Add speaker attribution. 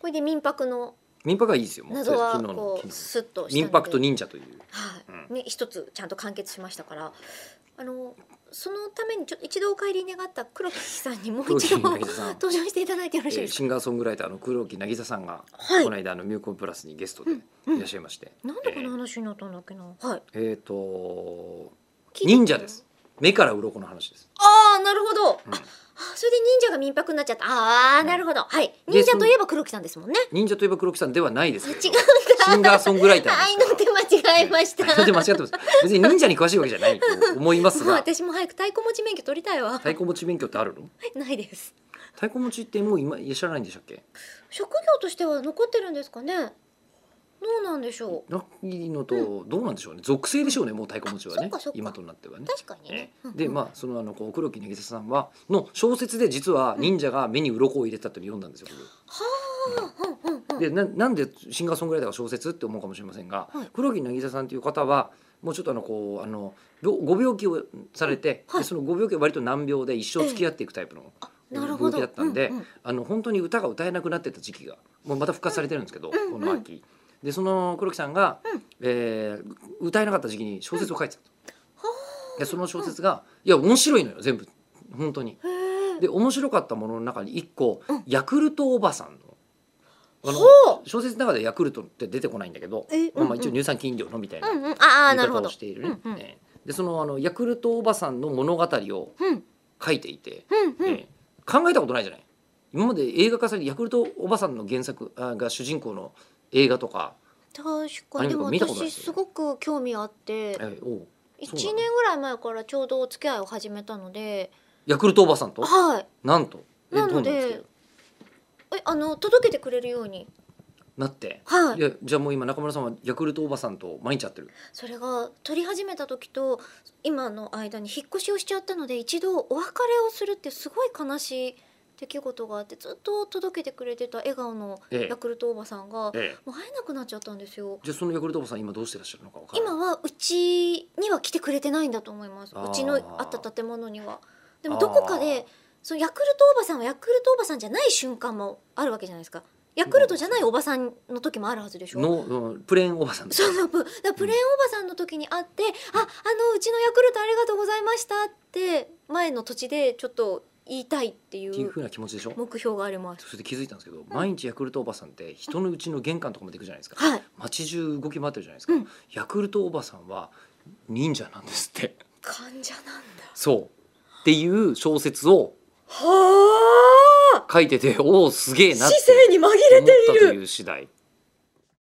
Speaker 1: これで民泊の
Speaker 2: 民泊はいいですよもう
Speaker 1: 謎は
Speaker 2: 昨日の
Speaker 1: こうスッとしたので
Speaker 2: 民泊と忍者という
Speaker 1: はい、
Speaker 2: う
Speaker 1: ね一つちゃんと完結しましたからあのそのためにちょっと一度お帰り願った黒木さんにもう一度
Speaker 2: 黒
Speaker 1: 登
Speaker 2: 木渚さん
Speaker 1: 場していただいてよろしい
Speaker 2: えー
Speaker 1: です
Speaker 2: シンガーソングライターの黒木渚さんが、
Speaker 1: はい
Speaker 2: この間あのミューコンプラスにゲストでいらっしゃいまして、
Speaker 1: か、なんでこの話になったんだっけな、はい
Speaker 2: えっ、えーと
Speaker 1: 聞いて
Speaker 2: 忍者です目から鱗の話です、
Speaker 1: ああなるほど、
Speaker 2: うん
Speaker 1: あそれで忍者が民泊になっちゃったああなるほどはい
Speaker 2: で
Speaker 1: 忍者といえば黒木さんですもんね
Speaker 2: 忍者といえば黒木さんではないです
Speaker 1: あ違
Speaker 2: け
Speaker 1: う
Speaker 2: どシンガーソングライター
Speaker 1: 愛
Speaker 2: です
Speaker 1: の手間違えました
Speaker 2: からで間違ってます別に忍者に詳しいわけじゃないと思います
Speaker 1: もう
Speaker 2: が
Speaker 1: 私も早く太鼓持ち免許取りたいわ
Speaker 2: 太鼓持ち免許ってあるの
Speaker 1: ないです
Speaker 2: 太鼓持ちってもう今いらっしゃらないんでしたっけ
Speaker 1: 職業としては残ってるんですかねどうなんでしょ
Speaker 2: ないのとどうなんでしょうね属性でしょうねもう太鼓持ちは
Speaker 1: そっ
Speaker 2: ね
Speaker 1: かそっか
Speaker 2: 今となってはね
Speaker 1: う確かにね
Speaker 2: ね、で
Speaker 1: あ
Speaker 2: まあそのあのこう黒木渚さんはの小説で実は忍者が目に鱗を入れてたっていうのを読んだんですよ。僕でななんでシンガーソングライターが小説って思うかもしれませんが、
Speaker 1: はい
Speaker 2: 黒木渚さんという方はもうちょっとあのこうあのごご病気をされて、
Speaker 1: はい
Speaker 2: でそのご病気は割と難病で一生付き合っていくタイプの
Speaker 1: なるほ
Speaker 2: 病
Speaker 1: ど
Speaker 2: 気だったんで、
Speaker 1: うんうん
Speaker 2: あの本当に歌が歌えなくなってた時期がもうまた復活されてるんですけど、
Speaker 1: うんうん
Speaker 2: この秋。でその黒木さんが、
Speaker 1: うん
Speaker 2: えー歌えなかった時期に小説を書いてたと、でその小説が、いや面白いのよ全部本当に。
Speaker 1: へー
Speaker 2: で面白かったものの中に一個、
Speaker 1: うん
Speaker 2: ヤクルトおばさんのあの
Speaker 1: ほ
Speaker 2: 小説の中でヤクルトって出てこないんだけど、
Speaker 1: え
Speaker 2: ま
Speaker 1: う
Speaker 2: あ、ま
Speaker 1: んう
Speaker 2: あ
Speaker 1: ん
Speaker 2: 一応乳酸菌飲料のみたいな
Speaker 1: ううんうんああな
Speaker 2: 言い
Speaker 1: るほ
Speaker 2: 方
Speaker 1: ど
Speaker 2: をしているね。
Speaker 1: うんうん
Speaker 2: ええでそのあのヤクルトおばさんの物語を
Speaker 1: うん
Speaker 2: 書いていて、
Speaker 1: うんうん
Speaker 2: ええ考えたことないじゃない今まで映画化されてヤクルトおばさんの原作あが主人公の映画とか、
Speaker 1: 確
Speaker 2: ア
Speaker 1: か
Speaker 2: ニ
Speaker 1: にで
Speaker 2: メと
Speaker 1: も
Speaker 2: か見たことない
Speaker 1: 私
Speaker 2: です
Speaker 1: す
Speaker 2: よ
Speaker 1: ごく興味あって
Speaker 2: ええおう
Speaker 1: 1
Speaker 2: そうなの
Speaker 1: 年ぐらい前からちょうどお付き合いを始めたので
Speaker 2: ヤクルトおばさんと
Speaker 1: はい
Speaker 2: なんとえ
Speaker 1: な
Speaker 2: ど
Speaker 1: の
Speaker 2: うなんです
Speaker 1: で
Speaker 2: け
Speaker 1: えあの届けてくれるように
Speaker 2: なって、
Speaker 1: はい
Speaker 2: いやじゃあもう今中村さんはヤクルトおばさんと毎日会ってる
Speaker 1: それが取り始めた時と今の間に引っ越しをしちゃったので一度お別れをするってすごい悲しい出来事があってずっと届けてくれてた笑顔の
Speaker 2: ええ
Speaker 1: ヤクルトおばさんが、
Speaker 2: ええ
Speaker 1: もう会えなくなっちゃったんですよ
Speaker 2: じゃあそのヤクルトおばさん今どうしてらっしゃるのかわからない。
Speaker 1: 今はうちには来てくれてないんだと思います
Speaker 2: あー
Speaker 1: うちのあった建物にはでもどこかでそのヤクルトおばさんはヤクルトおばさんじゃない瞬間もあるわけじゃないですかヤクルトじゃないおばさんの時もあるはずでしょ
Speaker 2: の、うんプレーンおばさんとか
Speaker 1: そうそうプだからプレーンおばさんの時に会って「ああのうちのヤクルトありがとうございました」って前の土地でちょっと言いたいってい
Speaker 2: っていう
Speaker 1: う
Speaker 2: 風な気持ちでしょ。
Speaker 1: 目標があります。
Speaker 2: それで気づいたんですけど、毎日ヤクルトおばさんって人のうちの玄関とかまで行くじゃないですか。
Speaker 1: はい、
Speaker 2: 街中動き回ってるじゃないですか。
Speaker 1: うん
Speaker 2: ヤクルトおばさんは忍者なんですって。
Speaker 1: 患者なんだ
Speaker 2: そう。っていう小説を
Speaker 1: はあ
Speaker 2: 書いてて、おおすげえなって
Speaker 1: 姿勢に紛
Speaker 2: 思
Speaker 1: れ
Speaker 2: ったと
Speaker 1: てい
Speaker 2: い
Speaker 1: る
Speaker 2: う次第。